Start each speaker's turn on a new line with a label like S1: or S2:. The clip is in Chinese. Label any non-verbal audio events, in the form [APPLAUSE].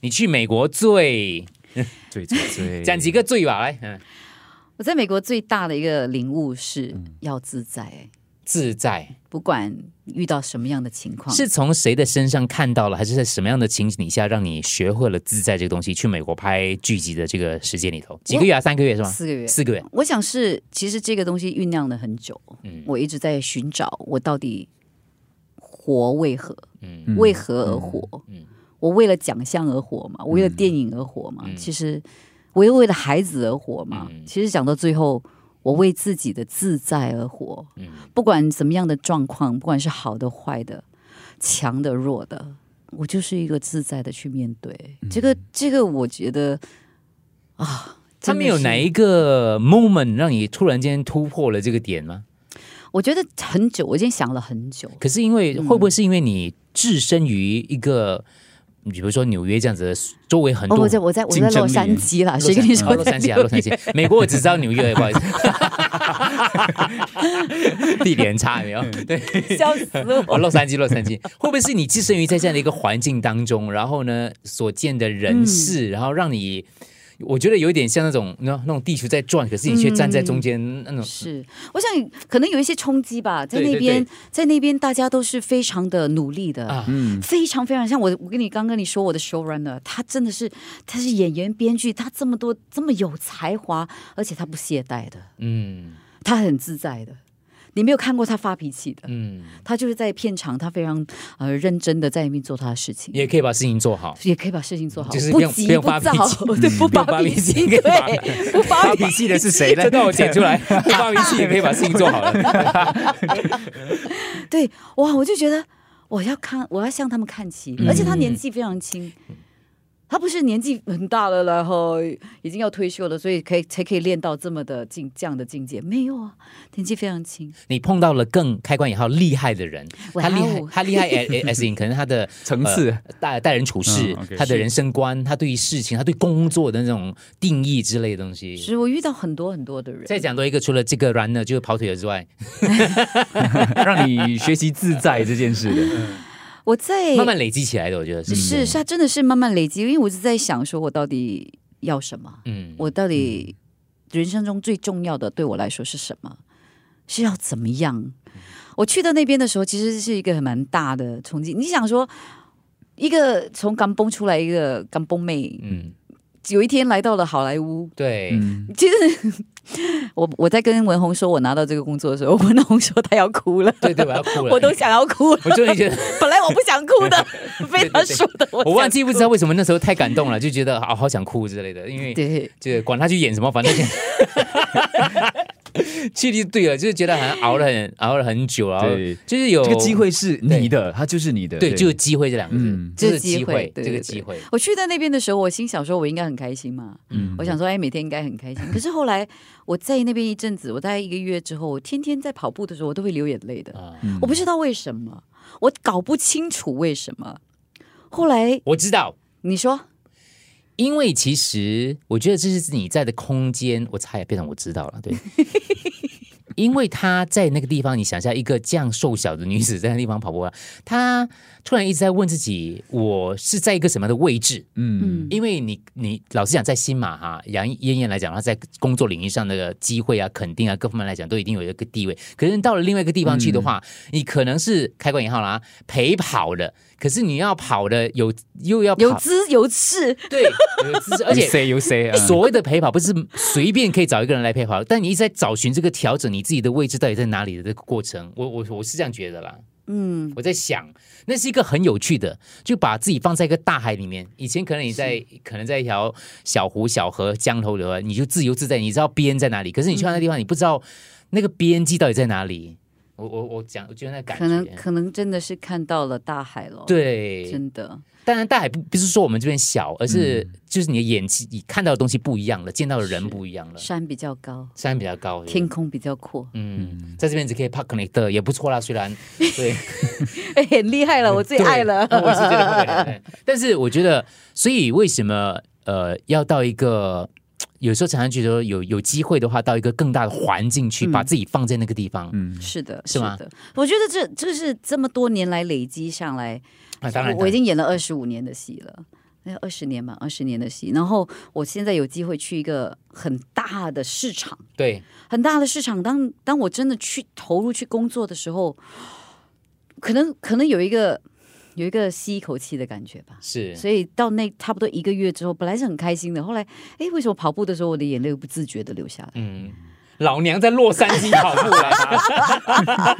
S1: 你去美国最
S2: 最最最
S1: 讲几个最吧，来，嗯，
S3: 我在美国最大的一个领悟是要自在、哎
S1: 自在
S3: 不管遇到什么样的情况，
S1: 是从谁的身上看到了，还是在什么样的情景下让你学会了自在这个东西？去美国拍剧集的这个时间里头，几个月啊？三个月是吗？
S3: 四个月。哦
S1: 四个月，
S3: 我想是，其实这个东西酝酿了很久，
S1: 嗯
S3: 我一直在寻找我到底活为何，
S1: 嗯
S3: 为何而活？
S1: 嗯
S3: 我为了奖项而活嘛，我为了电影而活嘛。
S1: 嗯
S3: 其实我又为了孩子而活嘛。
S1: 嗯
S3: 其实讲到最后，我为自己的自在而活，
S1: 嗯
S3: 不管怎么样的状况，不管是好的、坏的、强的、弱的，我就是一个自在的去面对。这
S1: 嗯
S3: 个，这个，我觉得啊。
S1: 他们有
S3: 真的
S1: 哪
S3: 是
S1: 一个 moment 让你突然间突破了这个点吗？
S3: 我觉得很久，我已经想了很久。
S1: 可是因为
S3: 嗯
S1: 会不会是因为你置身于一个，比如说纽约这样子的，周围很
S3: 哦，
S1: 多
S3: 我在我在我在
S2: 竞争
S3: 洛
S1: 啊
S2: 力
S3: 杉矶啦，谁
S1: 洛
S3: 跟
S1: 杉
S3: 你说
S1: 哦洛
S3: 在
S1: 杉矶啊，
S3: 纽
S1: 洛杉
S3: 约
S1: 矶，美国我只知道纽约，不好意思， [LAUGHS] 地点差有没有？对， [LAUGHS]
S3: 笑死
S1: 哦，
S3: 我！
S1: 洛杉矶，洛杉矶，会不会是你置身于在这样的一个环境当中，然后呢，所见的人事，然后让你，我觉得有一点像那种，那那种地球在转，可是你却站在中间、那种，
S3: 是，我想可能有一些冲击吧，在
S1: 对
S3: 那
S1: 对
S3: 边，在那边大家都是非常的努力的，
S1: 啊
S2: 嗯
S3: 非常非常像我，我跟你刚跟你说我的 showrunner，他真的是他是演员编剧，他这么多这么有才华，而且他不懈怠的，
S1: 嗯
S3: 他很自在的，你没有看过他发脾气的，
S1: 嗯，
S3: 他就是在片场，他非常呃认真的在那边做他的事情。
S1: 也可以把事情做好。
S3: 也可以把事情做好，
S1: 就是不
S3: 不
S1: 用
S3: 急
S1: 不用
S3: 不
S1: 发
S3: 躁
S1: 脾气，
S3: 对，不
S1: 不用发
S3: 发脾
S1: 脾气
S3: 气，
S1: 可以把
S3: [LAUGHS] 对，不发脾
S2: 脾气的是谁呢？
S1: 这段我剪出来，不 [LAUGHS] 发脾气也可以把事情做好了。
S3: 气，对，哇，我就觉得我要看，我要向他们看齐，
S1: 嗯
S3: 而且他年纪非常轻。他不是年纪很大了，然后已经要退休了，所以可以才可以练到这么的境这样的境界？没有啊，年纪非常轻。
S1: 你碰到了更开关以后厉害的人，
S3: 哇
S1: 他厉害
S3: 哦，
S1: 他厉害 as in 可能他的
S2: [LAUGHS] 层次
S1: 呃待待人处事
S2: 嗯，，OK
S1: 他的人生观，他对于事情，他对工作的那种定义之类的东西。
S3: 是我遇到很多很多的人，
S1: 再讲多一个，除了这个 runner 就是跑腿的之外，
S2: [LAUGHS] 让你学习自在这件事的。
S3: 我在
S1: 慢慢嗯累积起来的，我觉得是。
S3: 哎是是，他真的是慢慢累积，因为我一直在想，说我到底要什么？
S1: 嗯，
S3: 我到底人生中最重要的对我来说是什么？是要怎么样？我去到那边的时候，其实是一个很蛮大的冲击。你想说，一个从港崩出来一个港崩妹，
S1: 嗯，
S3: 有一天来到了好莱坞。
S1: 对，
S2: 嗯，
S3: 其实我我在跟文红说我拿到这个工作的时候， [LAUGHS] 文红说他要哭了，
S1: 对对，我要哭了，
S3: 我都想要哭了。
S1: [LAUGHS] 我终于觉得，
S3: 本 [LAUGHS] 来我不想哭
S1: [LAUGHS]
S3: 的，被他说的，
S1: 我忘记不知
S3: 道。
S1: 道为什么那时候太感动了，就觉得好好想哭之类的，因为
S3: 对，
S1: 就是管他去演什么，反
S2: [LAUGHS]
S1: 正就去就对了，就是觉得好像熬了很熬了很久，然后
S2: 对
S1: 就是有
S2: 这个机，会是你的，它就是你的。
S1: 对，就是机会这两个字
S2: 嗯，
S1: 这是
S3: 这机
S1: 机
S3: 会
S1: 会，
S3: 对
S1: 这个
S3: 对
S1: 机会，
S3: 我去到那边的时候，我心想说，我应该很开心嘛。
S2: 嗯
S3: 我想说，哎，每天应该很开心。可是后来我在那边一阵子，我大概一个月之后，我天天在跑步的时候，我都会流眼泪的。
S1: 啊，
S2: 嗯
S3: 我不知道为什么，我搞不清楚为什么。后来
S1: 我知道，
S3: 你说
S1: 因为其实我觉得这是你在的空间，我猜也变成我知道了，
S3: [LAUGHS]
S1: 对。因为她在那个地方，你想一下，一个这样瘦小的女子在那地方跑步啊，她突然一直在问自己，我是在一个什么样的位置？
S2: 嗯
S3: 嗯
S1: 因为你你老实讲，在新马哈杨燕燕来讲，她在工作领域上的机会啊、肯定啊各方面来讲，都一定有一个地位。可是到了另外一个地方去的话，你可能是开关引号啦，陪跑的，可是你要跑的有又要跑
S3: 有姿有势，
S1: 对，有姿势，而且
S2: 有。谁有谁啊？
S1: 所谓的陪跑不是随便可以找一个人来陪跑，但你一直在找寻这个调整你自己的位置到底在哪里的这个过程，我我我是这样觉得啦。
S3: 嗯，
S1: 我在想，那是一个很有趣的，就把自己放在一个大海里面。以前可能你在可能在一条小湖、小河、江头流啊，你就自由自在，你知道边在哪里。可是你去到那地方，你不知道那个边际到底在哪里。我我我讲，我觉得那感觉
S3: 可能可能真的是看到了大海了。，
S1: 对。
S3: 真的嗯
S1: 当然，大海不不是说我们这边小，而是就是你的眼睛，你看到的东西不一样了，见到的人
S3: 是
S1: 不一样了，
S3: 山比较高，
S1: 山比较高，
S3: 天空比较阔， [LAUGHS]
S1: 嗯，在这边只可以 park connector 也不错啦，虽然对。
S3: 哎，很厉害了，我最
S1: [LAUGHS]
S3: 爱了。
S1: 我是觉得会的对但是我觉得，所以为什么呃要到一个有时候常常觉得有有机会的话，到一个更大的环境去
S3: 嗯
S1: 把自己放在那个地方，
S2: 嗯，
S3: 是的，
S1: 是吗
S3: 的，我觉得这这是这么多年来累积上来，
S1: 啊，当然
S3: 我我已经演了二十五年的戏了。那二十年嘛，二十年的戏。然后我现在有机会去一个很大的市场，
S1: 对，
S3: 很大的市场。当当我真的去投入去工作的时候，可能可能有一个有一个吸一口气的感觉吧。
S1: 是，
S3: 所以到那差不多一个月之后，本来是很开心的，后来哎，为什么跑步的时候我的眼泪不自觉的流下来？
S1: 嗯，老娘在洛杉矶跑步了。